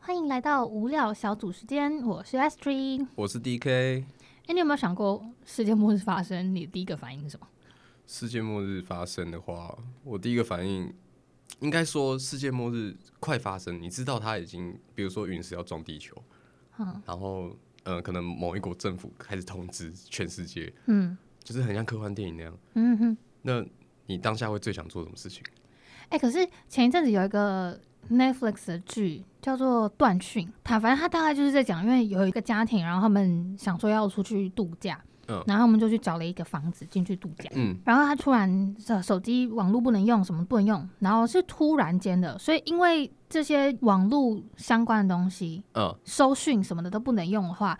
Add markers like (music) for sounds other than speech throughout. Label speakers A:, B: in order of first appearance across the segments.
A: 欢迎来到无聊小组时间，我是 S T。
B: 我是 DK。
A: 哎，你有没有想过世界末日发生，你的第一个反应是什么？
B: 世界末日发生的话，我第一个反应应该说世界末日快发生。你知道它已经，比如说陨石要撞地球，
A: 嗯
B: 然后呃，可能某一国政府开始通知全世界，
A: 嗯
B: 就是很像科幻电影那样。
A: 嗯哼。
B: 那你当下会最想做什么事情？
A: 哎、可是前一阵子有一个 Netflix 的剧叫做《断讯》，它反正它大概就是在讲，因为有一个家庭，然后他们想说要出去度假，
B: 嗯
A: 然后他们就去找了一个房子进去度假，
B: 嗯，
A: 然后他突然手手机网络不能用，什么不能用，然后是突然间的，所以因为这些网络相关的东西，
B: 嗯，
A: 搜讯什么的都不能用的话，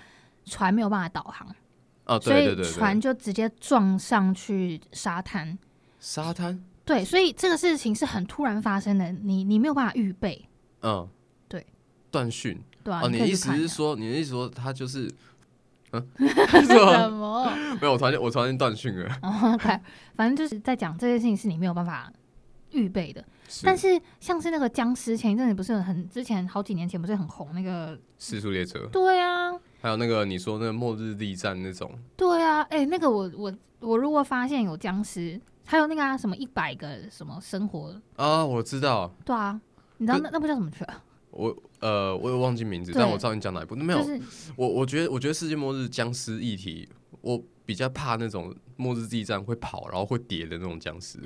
A: 船没有办法导航，
B: 哦，
A: 所
B: 对对
A: 以
B: 对
A: 船
B: 对，
A: 就直接撞上去沙滩。
B: 沙滩，
A: 对，所以这个事情是很突然发生的，你你没有办法预备，
B: 嗯，
A: 对，
B: 断讯。
A: 对吧、
B: 哦，你
A: 可以
B: 的
A: 去
B: 意思
A: 看一
B: 是
A: 下
B: 说，你的意思说它
A: (laughs)
B: 就是，嗯， (laughs) 是
A: 什
B: 吗？
A: 么
B: 没有，我突然间我突然间断讯了。
A: 哦？OK，反正就是在讲这件事情是你没有办法预备的。
B: 是
A: 但是像是那个僵尸，前一阵子不是很之前好几年前不是很红那个？
B: 四速列车，
A: 对啊，
B: 还有那个你说那个末日力战那种，
A: 对啊，哎、那个我我我如果发现有僵尸，还有那个啊什么一百个什么生活，
B: 啊，我知道，
A: 对啊，你知道
B: 可
A: 那那部叫什么去啊了？
B: 我呃，我有忘记名字，
A: 对
B: 但我知道你讲哪一部。没有，
A: 就是
B: 我我觉得我觉得世界末日僵尸议题，我比较怕那种末日地战会跑然后会跌的那种僵尸。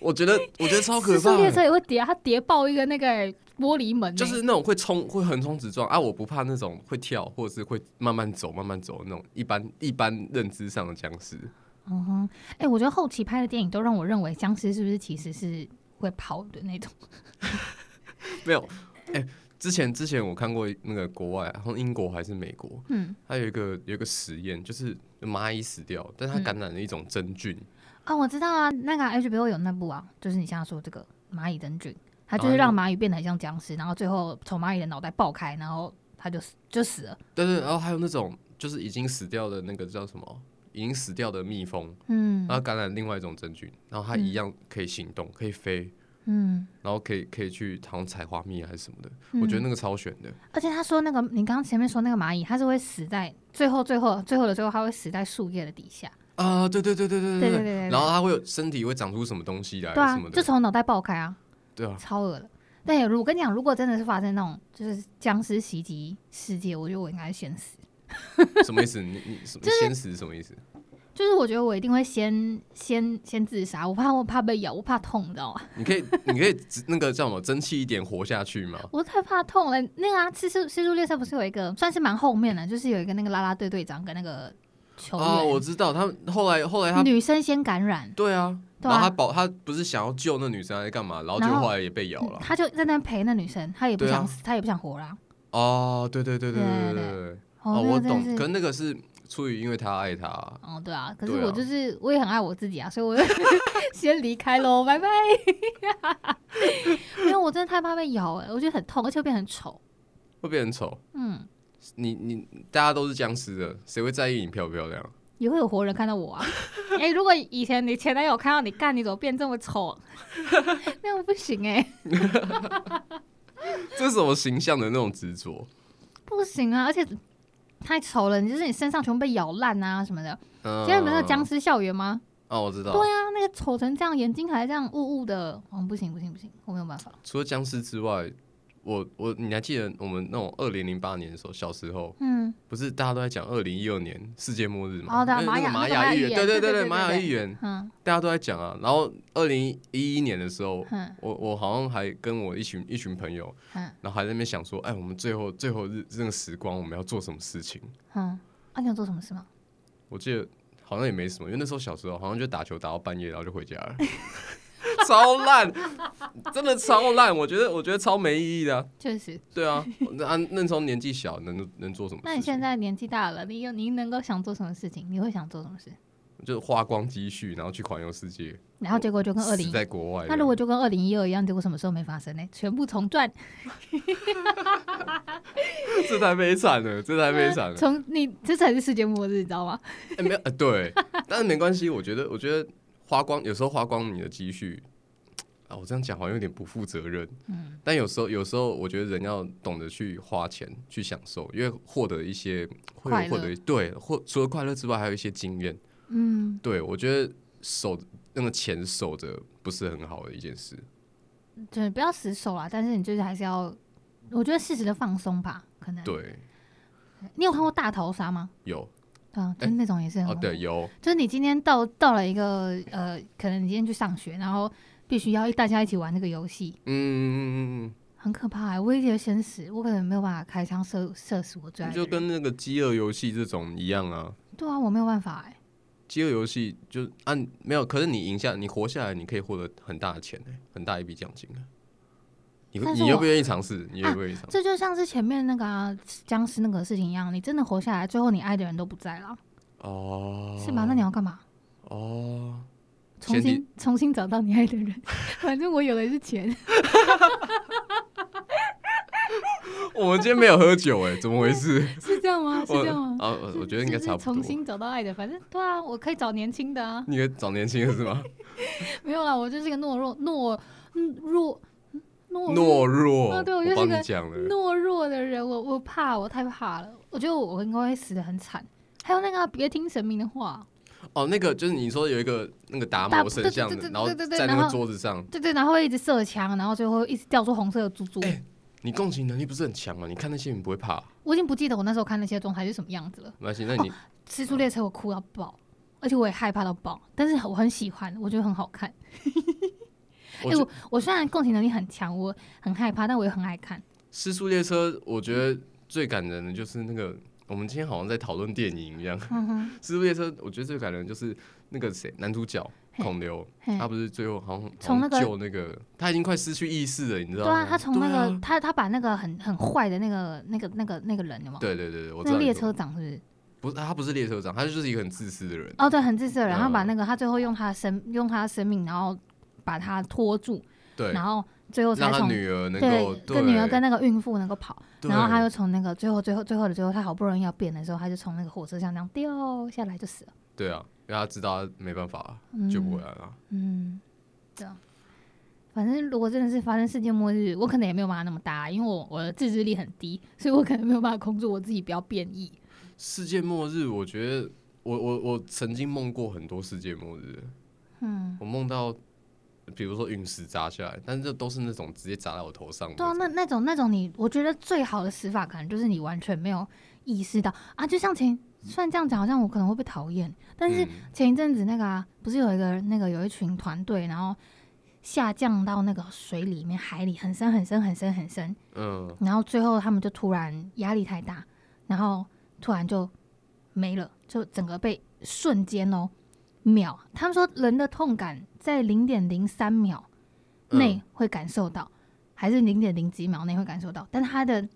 B: 我觉得我觉得超可
A: 失速
B: 怕
A: 列车
B: 的，
A: 也会叠，它叠爆一个那个、哎玻璃门、
B: 就
A: 哎
B: 是那种会冲会横冲直撞啊！我不怕那种会跳或者是会慢慢走慢慢走的那种一般一般认知上的僵尸。
A: 嗯哼，哎、我觉得后期拍的电影都让我认为僵尸是不是其实是会跑的那种？ (laughs)
B: 没有，哎、之前之前我看过那个国外，好像英国还是美国，
A: 嗯，
B: 它有一个有一个实验，就是蚂蚁死掉，但它感染了一种真菌，
A: 啊，我知道啊，那个啊 HBO 有那部啊，就是你现在说这个蚂蚁真菌，它就
B: 哦
A: 是
B: 那
A: 让
B: 个
A: 蚂蚁变得很像僵尸，然后最后从蚂蚁的脑袋爆开，然后它就死就死了。
B: 但是然后还有那种就是已经死掉的那个叫什么，已经死掉的蜜蜂，
A: 嗯
B: 然后感染另外一种真菌，然后它一样可以行动，可以飞，
A: 嗯，
B: 然后可以可以去好像采花蜜还是什么的，我觉得
A: 嗯
B: 那个超悬的，
A: 而且他说那个你刚刚前面说那个蚂蚁，它是会死在最后最后最后的最后，它会死在树叶的底下。
B: 啊，对对对对对
A: 对对对对对
B: 然后它会有身体会长出什么东西来
A: 对啊
B: 什么，
A: 就
B: 的，
A: 从脑袋爆开啊。
B: 对啊，
A: 超恶的。对，如我跟你讲，如果真的是发生那种就是僵尸袭击世界，我觉得我应该先死。
B: 什么意思？你你什么先死是什么意思？
A: 就是我觉得我一定会先先先自杀，我怕我怕被咬，我怕痛，你知道吗？ (laughs)
B: 你可以， (laughs) 你可以只那个叫什么，争气一点活下去吗？
A: 我太怕痛了。那个啊，《吃速吃速列车》不是有一个算是蛮后面的，就是有一个那个啦啦队队长跟那个球员、
B: 哦，我知道，他们后来后来他，
A: 女生先感染，
B: 对啊，
A: 对啊
B: 然后他保他不是想要救那女生还是干嘛，然后就
A: 然后嗯
B: 后来也被咬了。
A: 他就在那边陪那女生，他也不
B: 对啊
A: 想死，他也不想活啦。
B: 哦，对对对对
A: 对
B: 对
A: 对
B: 对对，
A: 哦，那
B: 哦，
A: 个
B: 我
A: 真的
B: 懂，
A: 是
B: 可是那个是出于因为他爱他，
A: 哦，对啊，可是
B: 对啊
A: 我就是、我也很爱我自己啊，所以我 (laughs) 就先离开喽，拜拜。 (laughs) 因为我真的太怕被咬了，我觉得很痛，而且会变很丑。
B: 会变很丑。
A: 嗯，
B: 你你大家都是僵尸的，谁会在意你漂不漂亮？ (laughs)
A: 也会有活人看到我啊。哎、如果以前你前男友看到你干，你怎么变这么 (laughs) 丑？那样不行哎、
B: 这是什么形象的那种执着？
A: 不行啊，而且太丑了，你就是你身上全部被咬烂啊什么的。
B: 嗯，
A: 现在不是有僵尸校园吗？
B: 哦，我知
A: 对
B: 道。
A: 啊，那个丑成这样，眼睛还这样雾雾的，哦，不行不行不行，我没有办法。
B: 除了僵尸之外，我我你还记得我们那种二零零八年的时候，小时候
A: 嗯，
B: 不是大家都在讲二零一二年世界末日嘛？
A: 哦对啊
B: 因为
A: 玛
B: 那
A: 雅
B: 个玛
A: 那个玛雅
B: 雅
A: 预
B: 预言，
A: 言
B: 对
A: 对
B: 对
A: 对
B: 对
A: 对
B: 对，玛雅
A: 对对
B: 预言，
A: 嗯
B: 大家都在讲啊。然后二零一一年的时候，
A: 嗯
B: 我我好像还跟我一群一群朋友，
A: 嗯
B: 然后还在那边想说，哎，我们最后最后日那个时光，我们要做什么事情？
A: 嗯，啊，你有做什么事吗？
B: 我记得好像也没什么，因为那时候小时候好像就打球打到半夜，然后就回家了， (laughs) 超烂，真的超烂，我觉得我觉得超没意义的啊、
A: 确实，
B: 对啊，那啊那时候年纪小，能能做什么事情？
A: 那你现在年纪大了，你有你能够想做什么事情？你会想做什么事？
B: 就是花光积蓄，然后去环游世界，
A: 然后结果就跟二零
B: 死，在国外。
A: 哦那如果就跟二零一二一样，结果什么时候没发生呢？全部重转，
B: (laughs) 这太悲惨了，这太悲惨了。
A: 从你这才是世界末日，你知道吗？
B: 哎，没有，呃对，但是没关系，我觉得，我觉得花光有时候花光你的积蓄，啊，我这样讲好像有点不负责任。嗯，但有时候有时候我觉得人要懂得去花钱去享受，因为获得一些会
A: 快
B: 有
A: 乐
B: 获得对或除了快乐之外，还有一些经验。
A: 嗯，
B: 对我觉得守那个钱守着不是很好的一件事。
A: 嗯对，不要死守啦，但是你就是还是要，我觉得适时的放松吧，可能。
B: 对，
A: 你有看过大逃杀吗？
B: 有
A: 啊，就是那种也是很
B: 哦，
A: 恐怖
B: 对，有
A: 就是你今天到到了一个呃，可能你今天去上学，然后必须要大家一起玩那个游戏，
B: 嗯嗯嗯嗯
A: 很可怕、欸，威胁生死，我可能没有办法开枪射射死我最爱
B: 嗯，
A: 的人
B: 就跟那个饥饿游戏这种一样啊。
A: 对啊，我没有办法哎、
B: 饥饿游戏就按、没有，可是你赢下，你活下来，你可以获得很大的钱、欸、很大一笔奖金啊。你会
A: 但是
B: 你愿
A: 我啊
B: 不愿意尝试？你愿不愿意尝试？
A: 这就像是前面那个啊、僵尸那个事情一样，你真的活下来，最后你爱的人都不在了，
B: 哦，
A: 是吧？那你要干嘛？
B: 哦，
A: 重
B: 前
A: 新重新找到你爱的人， (laughs) 反正我有的是钱。 (laughs)
B: 我们今天没有喝酒
A: (laughs)
B: 哎、怎么回事？
A: 是这样吗？是
B: 我
A: 这样吗？
B: 啊，我我觉得应该
A: 是
B: 差
A: 是
B: 不
A: 重
B: 多。
A: 新找到爱的，反正对啊，我可以找年轻的啊。 (laughs)
B: 你可以找年轻的是吗？
A: 没有啦，我就是个懦弱、懦嗯弱、懦
B: 懦弱，
A: 啊对我
B: 我
A: 就是
B: 帮
A: 个
B: 你讲了。
A: 懦弱的人。我我怕，我太怕了。我觉得我我应该会死的很惨。还有那个啊、别听神明的话，
B: 哦，那个就是你说有一个那个达
A: 打
B: 摩
A: 对
B: 神
A: 对
B: 像
A: 对
B: 的，
A: 对
B: 然后
A: 对对对
B: 在那
A: 然
B: 个
A: 后
B: 桌子上，
A: 对对，然后会一直射枪，然后最后一直掉出红色的珠珠。
B: 哎你共情能力不是很强吗？啊你看那些你不会怕、
A: 我已经不记得我那时候看那些状态是什么样子了。
B: 没关系，那你、
A: 《吃出列车》我哭到爆，而且我也害怕到爆，但是我很喜欢，我觉得很好看。
B: 我
A: 哎
B: 觉
A: 我我虽然共情能力很强，我很害怕，但我也很爱看。
B: 失速列车，我觉得最感人的就是那个，我们今天好像在讨论电影一样。
A: 嗯哼，
B: 失速列车，我觉得最感人的就是那个谁，男主角
A: 嘿
B: 孔刘，
A: 嘿
B: 他不是最后好像
A: 从那
B: 好
A: 个
B: 像救那个，他已经快失去意识了，你知道
A: 对
B: 吗？
A: 啊，他从那个、
B: 对啊
A: 他他把那个很很坏的那个那个那个那个人有吗？
B: 对对对对，我知
A: 那
B: 道
A: 个
B: 你
A: 列
B: 说
A: 车长是不是？
B: 不是他不是列车长，他就是一个很自私的人。
A: 哦，对，很自私的人。
B: 嗯
A: 他把那个他最后用他的生用他的生命，然后把他拖住，
B: 对，
A: 然后最后才
B: 让他
A: 从
B: 女儿能够
A: 对跟女儿跟那个孕妇能够跑，
B: 对
A: 然后他又从那个最后最后最后的最后，他好不容易要变的时候，他就从那个火车上这样掉下来就死了。
B: 对啊，因为他知道他没办法
A: 嗯
B: 救不回来了。
A: 嗯，这样。反正如果真的是发生世界末日，我可能也没有办法那么大，因为我我的自制力很低，所以我可能没有办法控制我自己不要变异。
B: 世界末日，我觉得我我我曾经梦过很多世界末日，
A: 嗯，
B: 我梦到比如说陨石砸下来，但是这都是那种直接砸到我头上的
A: 对啊，
B: 种。
A: 那那种那种你，我觉得最好的死法可能就是你完全没有意识到啊，就像前虽然这样讲，好像我可能会被讨厌，但是
B: 嗯
A: 前一阵子那个啊，不是有一个那个有一群团队，然后下降到那个水里面海里很深很深很深很深，
B: 嗯，
A: 然后最后他们就突然压力太大，然后突然就没了，就整个被瞬间哦秒。他们说人的痛感在零点零三秒内会感受到，还是零点零几秒内会感受到，但他的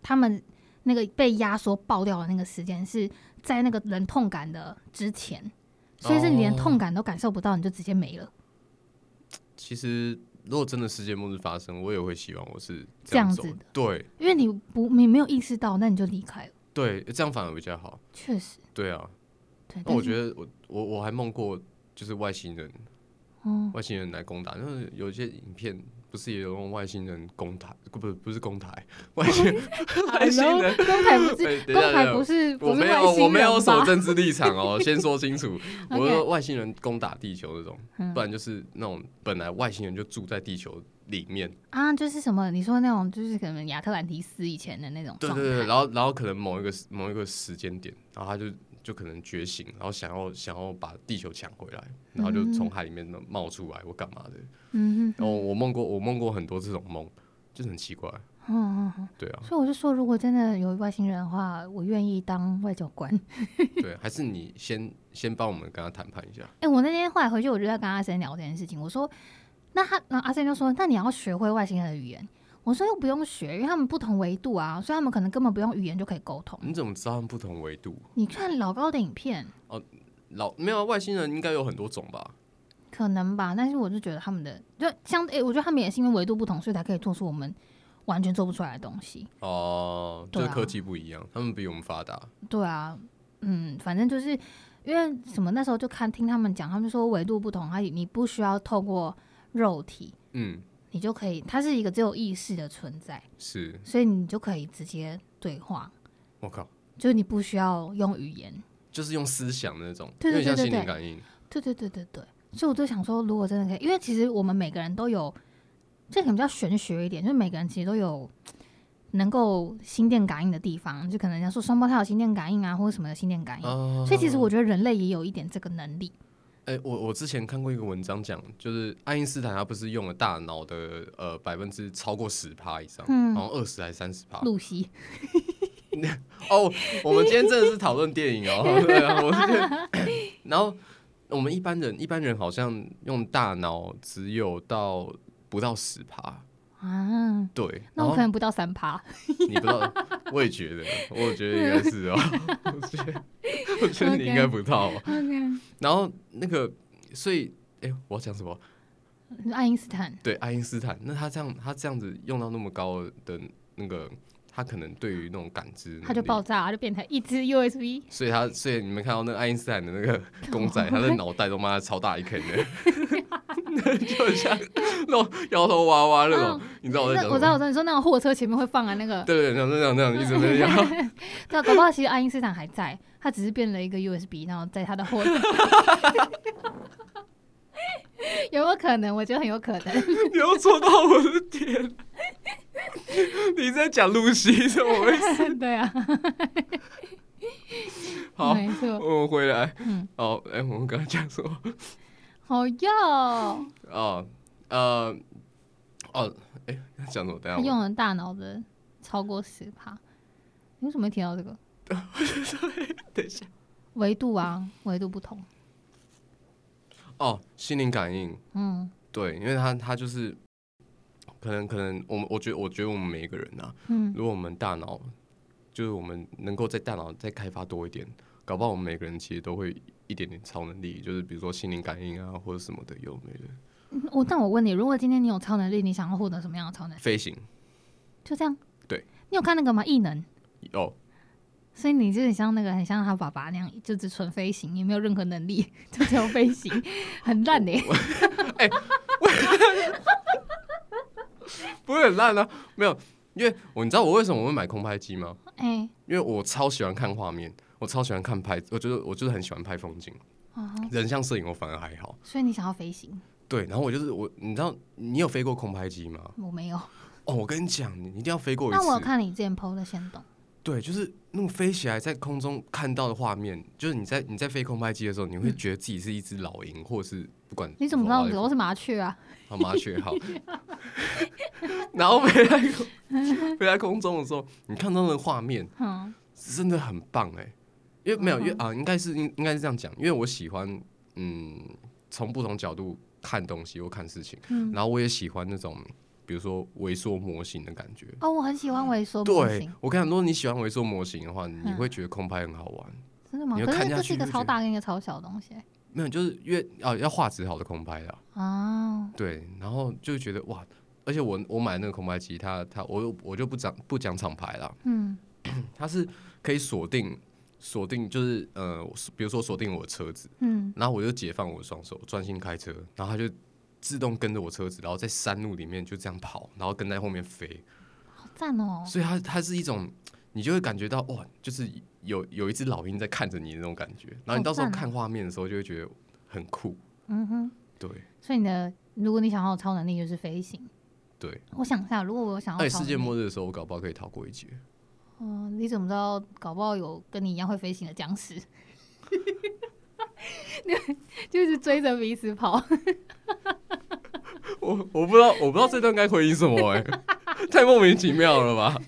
A: 他们那个被压缩爆掉的那个时间是在那个人痛感的之前。所以是你连
B: 哦
A: 痛感都感受不到，你就直接没了。
B: 其实如果真的世界末日发生，我也会希望我是
A: 这样
B: 走
A: 子
B: 的。对
A: 因为你不你没有意识到，那你就离开了。
B: 对，这样反而比较好。
A: 确实，
B: 对啊，
A: 对。
B: 那我
A: 但是
B: 觉得我我我还梦过就是外星人
A: 哦，
B: 外星人来攻打，那有一些影片不是也有用外星人攻台，不不是攻台， (laughs) 外星
A: (laughs)
B: 外星人。
A: 公台不是
B: 哎等
A: (laughs) 公
B: 一下，
A: 台
B: 等
A: 不
B: 一下
A: 是
B: 我
A: 不是
B: 没
A: 外
B: 有我
A: 星
B: 没有
A: 人
B: 守
A: 吧？
B: 政治立场哦，先说清楚，我
A: OK
B: 说外星人攻打地球这种，
A: 嗯
B: 不然就是那种本来外星人就住在地球里面，
A: 啊，就是什么？你说那种就是可能亚特兰蒂斯以前的那种
B: 对
A: 状
B: 对对，
A: 态，
B: 然后然后可能某一个某一个时间点，然后他就就可能觉醒，然后想要想要把地球抢回来，然后就从海里面冒出来或干嘛的，
A: 嗯
B: 然后我梦过我梦过很多这种梦，就是很奇怪，
A: 哼，嗯嗯嗯。
B: 对啊
A: 所以我就说，如果真的有外星人的话，我愿意当外交官。
B: 对，还是你先先帮我们跟他谈判一下，
A: 哎、我那天后来回去，我就在跟阿森聊这件事情。我说，那他，那阿森就说，那你要学会外星人的语言。我说又不用学，因为他们不同维度啊，所以他们可能根本不用语言就可以沟通。
B: 你怎么知道他们不同维度？
A: 你看老高的影片，
B: 老没有啊外星人应该有很多种吧？
A: 可能吧，但是我就觉得他们的就相对、我觉得他们也是因为维度不同，所以才可以做出我们完全做不出来的东西。
B: 哦、就
A: 对
B: 是
A: 啊
B: 科技不一样，他们比我们发达。
A: 对啊，嗯，反正就是因为什么那时候就看听他们讲，他们说维度不同，他你不需要透过肉体，
B: 嗯，
A: 你就可以，它是一个只有意识的存在，
B: 是
A: 所以你就可以直接对话，
B: 我靠，
A: 就是你不需要用语言。
B: 就是用思想的那种，
A: 对对
B: 有点像
A: 对对
B: 心灵
A: 对
B: 感应，
A: 对对对对对，所以我就想说，如果真的可以，因为其实我们每个人都有，这可能比较玄学一点，就是每个人其实都有能够心电感应的地方，就可能人家说双胞胎有心电感应啊，或者什么的心电感应。
B: 啊
A: 所以其实我觉得人类也有一点这个能力。
B: 哎、我我之前看过一个文章讲，就是爱因斯坦他不是用了大脑的呃百分之超过十趴以上，
A: 嗯
B: 好像二十还是三十趴。
A: 露西，
B: 哦，我们今天真的是讨论电
A: (laughs)
B: 影哦，对啊，我是然后我们一般人一般人好像用大脑只有到不到十趴，
A: 啊，
B: 对，
A: 那
B: 然
A: 我
B: 后
A: 可能不到三趴。
B: 你不到，我也觉得，我觉得应该是哦，我觉得我觉得你应该不到哦。
A: OK，
B: 然后那个，所以哎、我要讲什么？
A: 爱因斯坦，
B: 对，爱因斯坦，那他这样，他这样子用到那么高的那个，他可能对于那种感知，
A: 他就爆，炸，他就变成一只 USB。
B: 所以他，所以你们看到那个爱因斯坦的那个公仔，他的脑袋都妈的超大一坑的，就像那种摇头娃娃那种，你知道我在
A: 那
B: 讲
A: 我知
B: 什
A: 道，
B: 么？
A: 我知道你说那种货车前面会放啊那个，
B: 对对，那样那样那样，一直在摇，
A: 对，搞不好其实爱因斯坦还在，他只是变了一个 USB，然后在他的货里。有没有可能？我觉得很有可能。 (laughs)
B: (laughs) 你又戳到我的点。 (laughs) 你在讲露西什
A: (laughs)
B: 么意思？
A: 对啊，
B: 好，
A: 没错。
B: 我们回来。
A: 嗯，
B: 哦，哎、我们刚刚讲什么？
A: 好哟，
B: 哦，呃，哦，哎、要讲什么？等
A: 他
B: 一下
A: 用
B: 我，
A: 了大脑的超过十趴。你为什么会提到这个
B: (laughs) 等一下。
A: 维度啊？维度不同。
B: 哦，心灵感应，
A: 嗯
B: 对，因为他他就是，可能可能我们我觉得我觉得我们每一个人啊，
A: 嗯，
B: 如果我们大脑就是我们能够在大脑再开发多一点，搞不好我们每个人其实都会一点点超能力，就是比如说心灵感应啊或者什么的，有没的
A: 我但我问你，如果今天你有超能力，你想要获得什么样的超能力？
B: 飞行
A: 就这样。
B: 对。
A: 你有看那个吗？异能。
B: 哦，
A: 所以你就很像那个，很像他爸爸那样，就只纯飞行，也没有任何能力， (laughs) 就只有飞
B: (laughs)
A: 行，很烂欸呢、
B: (laughs) 不会很烂啊，没有，因为我你知道我为什么会买空拍机吗？
A: (laughs) 哎、
B: 因为我超喜欢看画面，我超喜欢看拍，我觉得我就是很喜欢拍风景，
A: 哦，
B: 人像摄影我反而还好。
A: 所以你想要飞行？
B: 对，然后我就是我，你知道你有飞过空拍机吗？
A: 我没有。
B: 哦，我跟你讲，你一定要飞过一
A: 但我有
B: 次。
A: 看你之前 PO 的先动，
B: 对，就是那种飞起来在空中看到的画面，就是你在你在飞空拍机的时候，你会觉得自己是一只老鹰，或者是不管
A: 你怎嗯么知道我
B: 我
A: 是麻雀啊？
B: 好麻雀好， (laughs) 然后飞在空飞在空中的时候，你看到那个画面
A: 嗯，
B: 是真的很棒哎、因为没有，因为
A: 嗯
B: 啊，应该是应应该是这样讲，因为我喜欢嗯，从不同角度看东西或看事情，
A: 嗯
B: 然后我也喜欢那种比如说微缩模型的感觉，
A: 哦，我很喜欢微缩模
B: 对
A: 型，，
B: 我跟你讲，如果你喜欢微缩模型的话，你
A: 嗯
B: 会觉得空拍很好玩。
A: 真的吗？
B: 你就
A: 可是
B: 看下
A: 这是一
B: 去
A: 个
B: 就
A: 超
B: 觉得
A: 大跟一个超小的东西、欸、
B: 没有，就是因为啊要画质好的空拍啦，
A: 啊。
B: 对，然后就觉得哇，而且我我买那个空拍机，它它我我就不讲不讲厂牌啦，
A: 嗯，
B: 它是可以锁定锁定，就是呃，比如说锁定我的车子，
A: 嗯，
B: 然后我就解放我的双手，专心开车，然后它就自动跟着我车子，然后在山路里面就这样跑，然后跟在后面飞，
A: 好赞哦、
B: 所以它它是一种，你就会感觉到哇，就是有有一只老鹰在看着你的那种感觉，然后你到时候
A: 好赞哦
B: 看画面的时候就会觉得很酷，
A: 嗯哼，
B: 对
A: 所以你的，如果你想要有超能力，就是飞行。
B: 对。
A: 我想一下，如果我有想要
B: 而且
A: 超
B: 世界
A: 能力
B: 末日的时候，我搞不好可以逃过一劫。
A: 嗯、你怎么知道？搞不好有跟你一样会飞行的僵尸， (laughs) 就是追着彼此跑。
B: 我我不知道，我不知道这段该回应什么哎、 (laughs) 太莫名其妙了吧？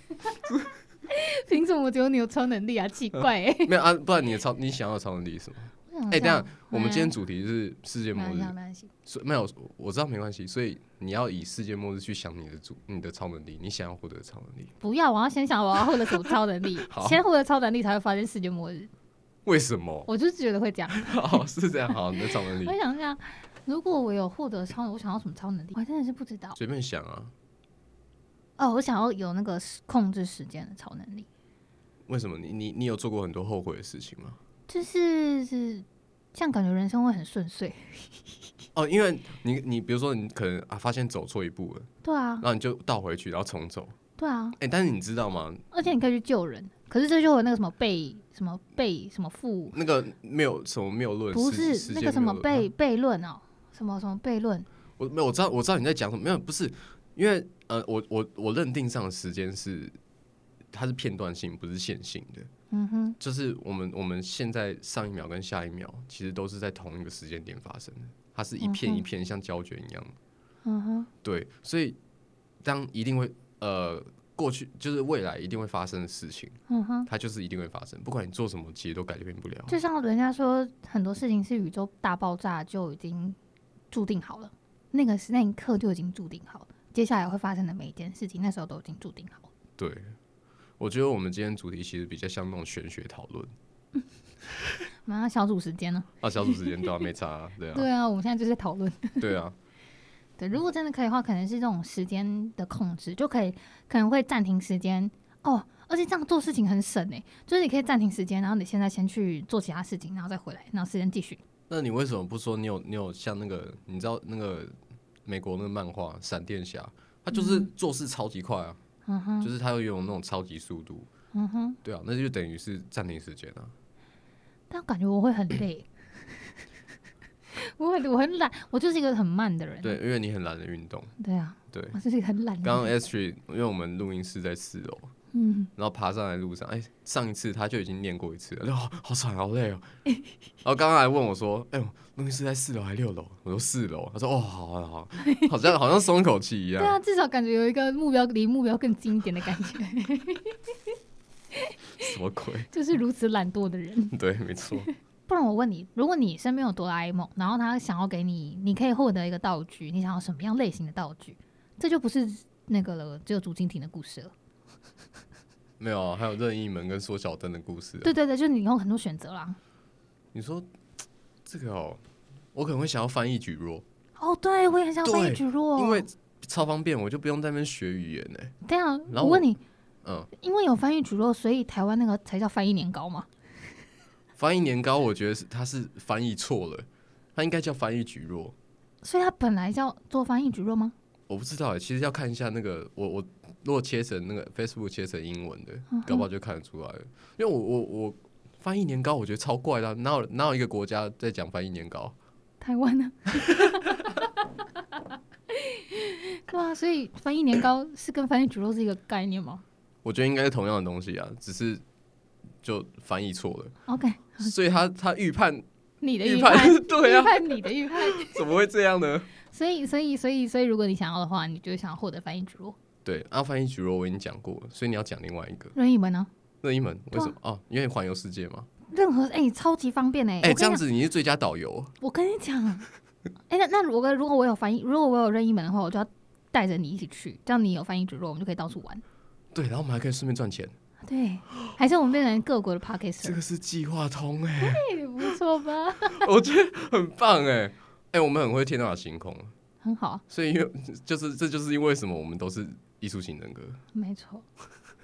A: 凭什么只有你有超能力啊？奇怪、欸！
B: 没有啊，不然你的超你想要的超能力是什么？ (laughs)
A: 嗯
B: 哎、等一
A: 啊
B: 下，我们今天
A: 主
B: 主题是世界
A: 没
B: 末
A: 关
B: 日
A: 系，没，关系。
B: 所以没有我知道没关系，所以你要以世界末日去想你的主你的超能力，你想要获得的超能力，
A: 不要，我要先想我要获得什么超能力
B: (laughs) 好，
A: 先获得超能力才会发生世界末日。
B: 为
A: (laughs)
B: 什么？
A: 我就是觉得会哦这样。
B: 好是这样，好你的超能力
A: 我想一下，如果我有获得超，我想要什么超能力？我还真的是不知道。
B: 随便想啊，
A: 哦，我想要有那个时控制时间的超能力，
B: 为什么你你你有做过很多后悔的事情吗？
A: 就是是这样，感觉人生会很顺遂。
B: 哦，因为你你比如说你可能啊发现走错一步了，
A: 对啊
B: 然，后你就倒回去，然后重走。
A: 对啊，
B: 哎、但是你知道吗？
A: 而且你可以去救人，可是这就有那个什么悖什么悖什么负，
B: 那个没有什么谬论，
A: 不是
B: 世世
A: 那
B: 界
A: 个什
B: 谬
A: 么
B: 论
A: 悖悖论哦，什么什么悖论，
B: 我没有，我知道，我知道你在讲什么。没有，不是，因为呃，我我我认定上的时间是它是片段性，不是线性的。
A: 嗯哼，
B: 就是我们我们现在上一秒跟下一秒，其实都是在同一个时间点发生的，它是一片
A: 嗯哼
B: 一片像胶卷一样。
A: 嗯哼，
B: 对，所以当一定会呃过去，就是未来一定会发生的事情，
A: 嗯哼，
B: 它就是一定会发生，不管你做什么，其实都改变不了。
A: 就像人家说很多事情是宇宙大爆炸就已经注定好了，那个是那一刻就已经注定好了，接下来会发生的每一件事情，那时候都已经注定好了。
B: 对，我觉得我们今天主题其实比较像那种玄学讨论。
A: 马上小组时间了，
B: 啊，小组时间到没
A: (laughs)
B: 差啊，对啊，
A: 对啊，我们现在就在讨论。
B: 对啊，
A: 对，如果真的可以的话，可能是这种时间的控制，就可以可能会暂停时间哦。而且这样做事情很省诶、就是你可以暂停时间，然后你现在先去做其他事情，然后再回来，然后时间继续。
B: 那你为什么不说你有你有像那个你知道那个美国那个漫画《闪电侠》，他就是做事超级快啊，
A: 嗯哼，
B: 就是他有有那种超级速度，
A: 嗯哼，
B: 对啊，那就等于是暂停时间啊。
A: 但感觉我会很累， (coughs) 我很我很懒，我就是一个很慢的人。
B: 对，因为你很懒得运动。
A: 对啊，
B: 对，
A: 我就是一个很懒的人。
B: 刚刚 S 区，因为我们录音室在四楼，
A: 嗯，
B: 然后爬上来路上，哎、上一次他就已经念过一次了，就好好喘，好
A: (laughs)
B: 累哦。然后刚刚还问我说，哎、呦，录音室在四楼还是六楼？我说四楼，他说哦，好好好，好像好像松一口气一样
A: 对。啊，至少感觉有一个目标离目标更近一点的感觉， (laughs)
B: 什么鬼？ (laughs)
A: 就是如此懒惰的人。
B: 对，没错。
A: 不然我问你，如果你身边有哆啦 A 梦，然后他想要给你，你可以获得一个道具，你想要什么样类型的道具？这就不是那个了，只有竹蜻蜓的故事了。
B: 没有啊，还有任意门跟缩小灯的故事、啊。
A: 对对对，就是你有很多选择啦。
B: 你说这个哦，我可能会想要翻译举弱，
A: 哦，对，我也很想
B: 对
A: 翻译举弱，
B: 因为超方便，我就不用在那边学语言呢、
A: 对啊，
B: 然后
A: 我问你，
B: 嗯，
A: 因为有翻译举弱，所以台湾那个才叫翻译年糕嘛？
B: 翻译年糕，我觉得是它是翻译错了，它应该叫翻译举弱。
A: 所以它本来叫做翻译举弱吗？
B: 我不知道哎、其实要看一下那个我我如果切成那个 Facebook 切成英文
A: 嗯
B: 的，搞不好就看得出来了。因为我我我翻译年糕，我觉得超怪的啊、哪有哪有一个国家在讲翻译年糕？
A: 台湾呢？ (laughs) 对啊，所以翻译年糕是跟翻译举弱是一个概念吗
B: 我觉得应该是同样的东西啊，只是就翻译错了，
A: ？OK，
B: 所以他他预判
A: 你的
B: 预
A: 判，
B: 判对啊
A: 预，判你的预判。
B: 怎么会这样呢？ (laughs)
A: 所以，所以，所以，所以，如果你想要的话，你就想获得翻译植入。
B: 对，阿翻译举弱我已经讲过了，所以你要讲另外一个
A: 任意门呢？
B: 任意门，为
A: 对啊
B: 什么？哦，因为环游世界嘛。
A: 任何哎、超级方便哎、
B: 哎、
A: 我
B: 这
A: 跟
B: 样
A: 你讲，
B: 子你是最佳导游，哦
A: 我跟你讲，哎、那那如果如果我有翻译，如果我有任意门的话，我就要带着你一起去，这样你有翻译植入，我们就可以到处玩。
B: 对，然后我们还可以顺便赚钱，
A: 对，还是我们变成各国的 p o c k e
B: 这
A: t
B: 个是计划通哎、
A: 哎，不错吧？
B: (laughs) 我觉得很棒哎、哎、我们很会天马行空，
A: 很好啊，
B: 所以因为就是这就是因为什么我们都是艺术型人格，
A: 没错。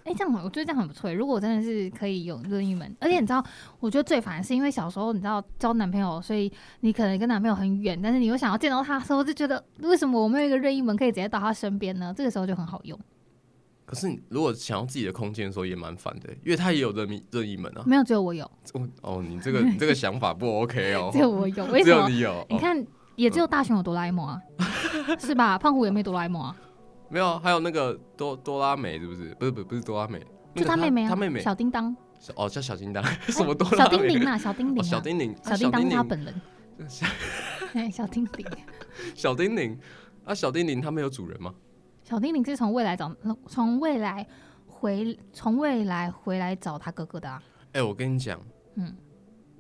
A: 哎、这样我觉得这样很不错欸。如果我真的是可以有任意门，而且你知道，我觉得最烦的是因为小时候你知道交男朋友，所以你可能跟男朋友很远，但是你又想要见到他的时候，就觉得为什么我没有一个任意门可以直接到他身边呢？这个时候就很好用。
B: 可是你如果想要自己的空间的时候也蛮烦的欸、因为他也有任意任意门啊。
A: 没有，只有我有，
B: 哦哦，你
A: (laughs)
B: 这个你这个想法不 OK 哦
A: 只，有我
B: (laughs)
A: 有。为什
B: 只有
A: 么？
B: 你有，
A: 你
B: 哦、
A: 看，也只有大雄有哆啦 A 梦啊，是吧？胖虎也没哆啦 A 梦啊，
B: 没有？还有那个多多拉美是不是？不是不是不是多拉美，那
A: 就
B: 个
A: 他妹妹啊，
B: 他妹妹
A: 小叮当，
B: 小哦，叫小叮当， (laughs) 什么都
A: 小
B: 拉
A: 叮
B: 美 (laughs)
A: 铃啊，小叮铃
B: 哦小
A: 啊，
B: 叮铃，啊
A: 小叮当是他
B: 铃，
A: 本
B: (laughs)
A: 人。哎，小叮铃，
B: 小叮铃啊，小叮铃他们有主人吗？
A: 小叮铃是从未来找，从未来回，从未来回来找他哥哥的啊。
B: 哎，我跟你讲，
A: 嗯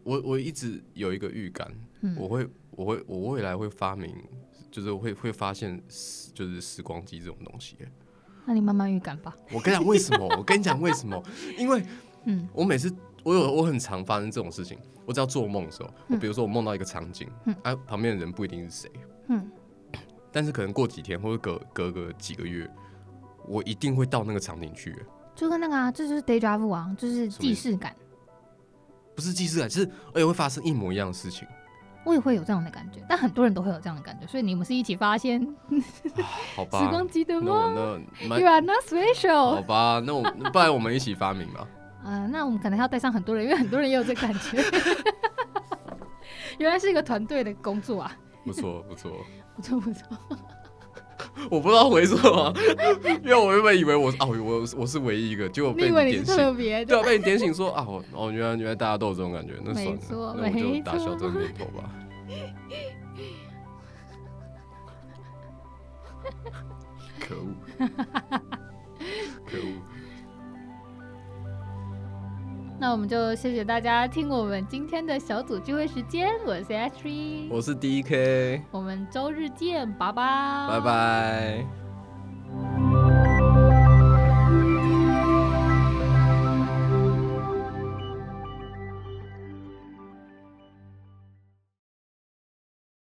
B: 我我一直有一个预感，
A: 嗯，
B: 我会我会我未来会发明，就是会会发现时就是时光机这种东西。哎
A: 那你慢慢预感吧。
B: 我跟你讲为什么？我跟你讲为什么？因为
A: 嗯
B: 我每次我有我很常发生这种事情，我只要做梦的时候，我
A: 嗯
B: 比如说我梦到一个场景，
A: 嗯
B: 啊，旁边的人不一定是谁，
A: 嗯，
B: (clears throat) 但是可能过几天或者隔隔个几个月，我一定会到那个场景去。哎
A: 就跟那个啊，这就是 day drive 啊，就是既视感。
B: 哎
A: (laughs)
B: 不是既视感，就是而且会发生一模一样的事情。
A: 我也会有这样的感觉，但很多人都会有这样的感觉，所以你们是一起发现时
B: 啊好吧，
A: 光机的
B: 那
A: 吗
B: 我那蛮
A: ？You are not
B: 好
A: special。
B: 吧，那我不然我们一起发明吧。
A: 呃，那我们可能还要带上很多人，因为很多人也有这感觉。 (laughs) 原来是一个团队的工作啊，
B: 不错
A: (laughs)
B: 不错，
A: 不错不错。
B: 我不知道回什么，因为我原本以为我哦我我是唯一一个，结果
A: 你
B: 被
A: 以为你
B: 点
A: 是
B: 醒，
A: 特别
B: 对
A: 的？
B: 啊，被你点醒说啊我哦原来原来大家都有这种感觉，那算
A: 没错
B: 了，那我就
A: 没
B: 打消
A: 错
B: 这个念头吧。可恶，可恶。
A: 那我们就谢谢大家听我们今天的小组聚会时间，我是 Ashley，
B: 我是 DK，
A: 我们周日见，拜拜，
B: 拜。拜。